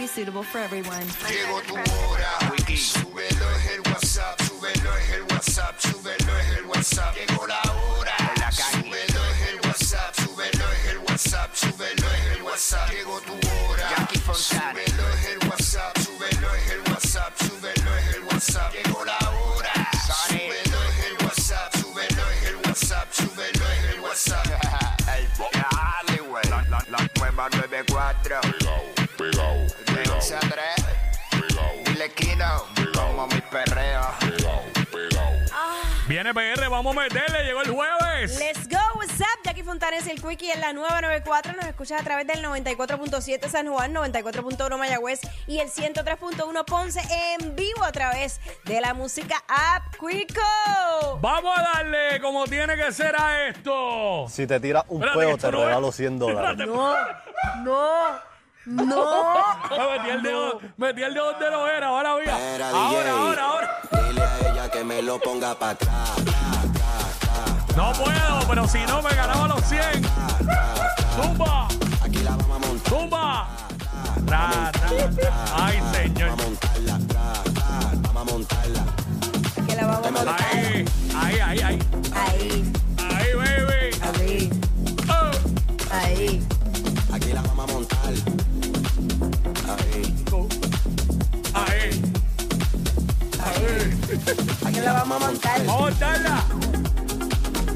is suitable for everyone. Llegó tu hora. Súbelo es el WhatsApp. Súbelo es el WhatsApp. Súbelo es el WhatsApp. Llegó la hora. Súbelo es el WhatsApp. Súbelo es el WhatsApp. Súbelo es el WhatsApp. Llegó tu hora. Súbelo es el WhatsApp. Súbelo es el WhatsApp. Súbelo es el WhatsApp. Llegó la hora. Súbelo es el WhatsApp. Súbelo es el WhatsApp. Súbelo es el WhatsApp. El Dale, güey. La, la, la nueva 94. pegao, De 11 a 3. pegao, Dile Kino. Como mi perreo. pegao, pegao. Viene PR, vamos a meterle, llegó el jueves. Let's go, what's up? Jackie Fontanes y el Quickie en la 994. Nos escuchas a través del 94.7 San Juan, 94.1 Mayagüez y el 103.1 Ponce en vivo a través de la música App Quico. Vamos a darle como tiene que ser a esto. Si te tiras un Espérate, que peo, esto te no es. regalo 100 dólares. No, no, no. metí el dedo, metí el dedo donde no era, ahora mira. Era Ahora, DJ. ahora, ahora. Dile a ella que me lo ponga para atrás. No puedo, pero si no me ganaba los 100. Tumba, Aquí la vamos a montar, tumba. Ra, ra, ra. Ay, señor. vamos a montarla, tra, tra, vamos a montarla. Que la vamos a montar Ahí, ahí, ahí, ahí. ahí, Ahí, baby. ahí, Oh. ahí. Aquí la vamos a montar. Ahí, Ahí. Ahí. aquí la vamos a montar. Vamos a darla.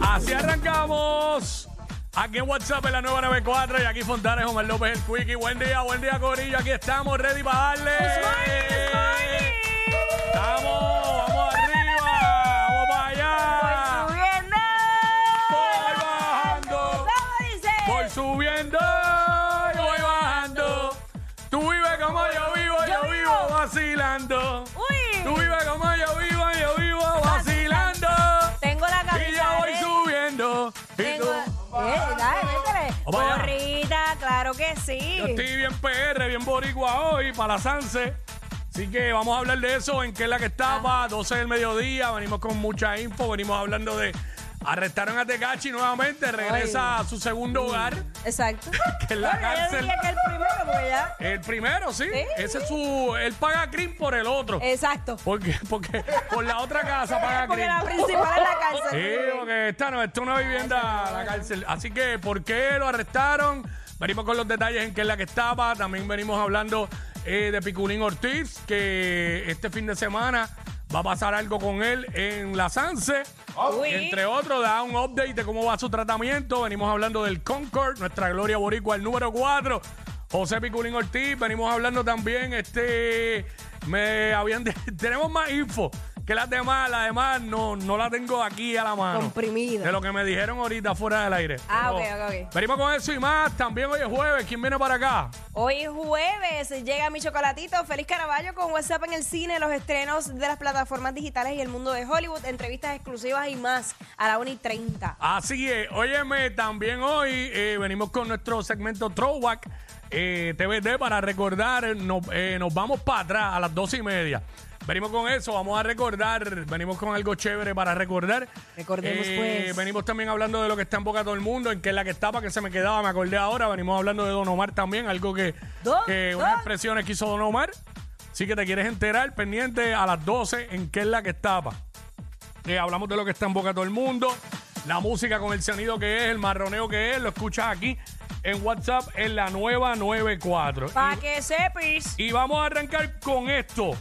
Así arrancamos. Aquí en WhatsApp en la nueva 94 y aquí Fontanes, Omar López, el Quickie. Buen día, buen día, Corillo. Aquí estamos, ready para darle. Vamos, vamos arriba, vamos para allá. Subiendo. Voy bajando, ¿Cómo dice? voy subiendo, y voy bajando. Tú vives como yo vivo, yo vivo vacilando. Tú Uy, vives como yo vivo, yo vivo vacilando. tengo la Y yo camisa. voy de- subiendo. Y tú. Tengo, eh, dale, métele. Vamos allá. Gorrita, claro que sí. Yo estoy bien PR, bien boricua hoy para la Sanse. Así que vamos a hablar de eso, en qué es la que Ah. estaba, 12 del mediodía, venimos con mucha info, venimos hablando de arrestaron a Tecachi nuevamente, regresa a su segundo hogar, Exacto. que es la Bueno, Yo cárcel. diría que el primero, porque ya. El primero, sí. Sí, Ese es su. Él paga crin por el otro. Exacto. Porque, porque por la otra casa paga Porque crin. la principal es la Sí, cárcel. porque esta no, esta es una vivienda, la cárcel. Así que, ¿por qué lo arrestaron? Venimos con los detalles en qué es la que estaba. También venimos hablando eh, de Piculín Ortiz, que este fin de semana va a pasar algo con él en la Sanse. Uy. Entre otros, da un update de cómo va su tratamiento. Venimos hablando del Concord, nuestra gloria boricua, el número 4. José Piculín Ortiz, venimos hablando también, este, me habían, de- tenemos más info que las demás, las demás no, no la tengo aquí a la mano. Comprimida. De lo que me dijeron ahorita fuera del aire. Ah, Pero ok, ok, ok. Venimos con eso y más. También hoy es jueves. ¿Quién viene para acá? Hoy jueves llega mi chocolatito. Feliz Caraballo con WhatsApp en el cine, los estrenos de las plataformas digitales y el mundo de Hollywood, entrevistas exclusivas y más a la 1 y 30. Así es. Óyeme, también hoy eh, venimos con nuestro segmento Throwback eh, TVT para recordar. eh, Nos, eh, nos vamos para atrás a las dos y media. Venimos con eso, vamos a recordar, venimos con algo chévere para recordar. Eh, Recordemos, pues. Venimos también hablando de lo que está en boca de todo el mundo, en qué es la que está, para que se me quedaba, me acordé ahora. Venimos hablando de Don Omar también, algo que, Don, que Don. unas expresiones que hizo Don Omar. Así que te quieres enterar, pendiente a las 12, en qué es la que estaba. Eh, hablamos de lo que está en boca de todo el mundo, la música con el sonido que es, el marroneo que es, lo escuchas aquí en WhatsApp en la nueva 94. Para que sepis. Y vamos a arrancar con esto.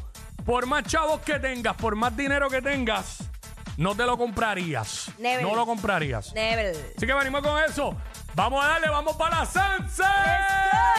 Por más chavos que tengas, por más dinero que tengas, no te lo comprarías. Never. No lo comprarías. Never. Así que venimos con eso. Vamos a darle, vamos para la Sanse.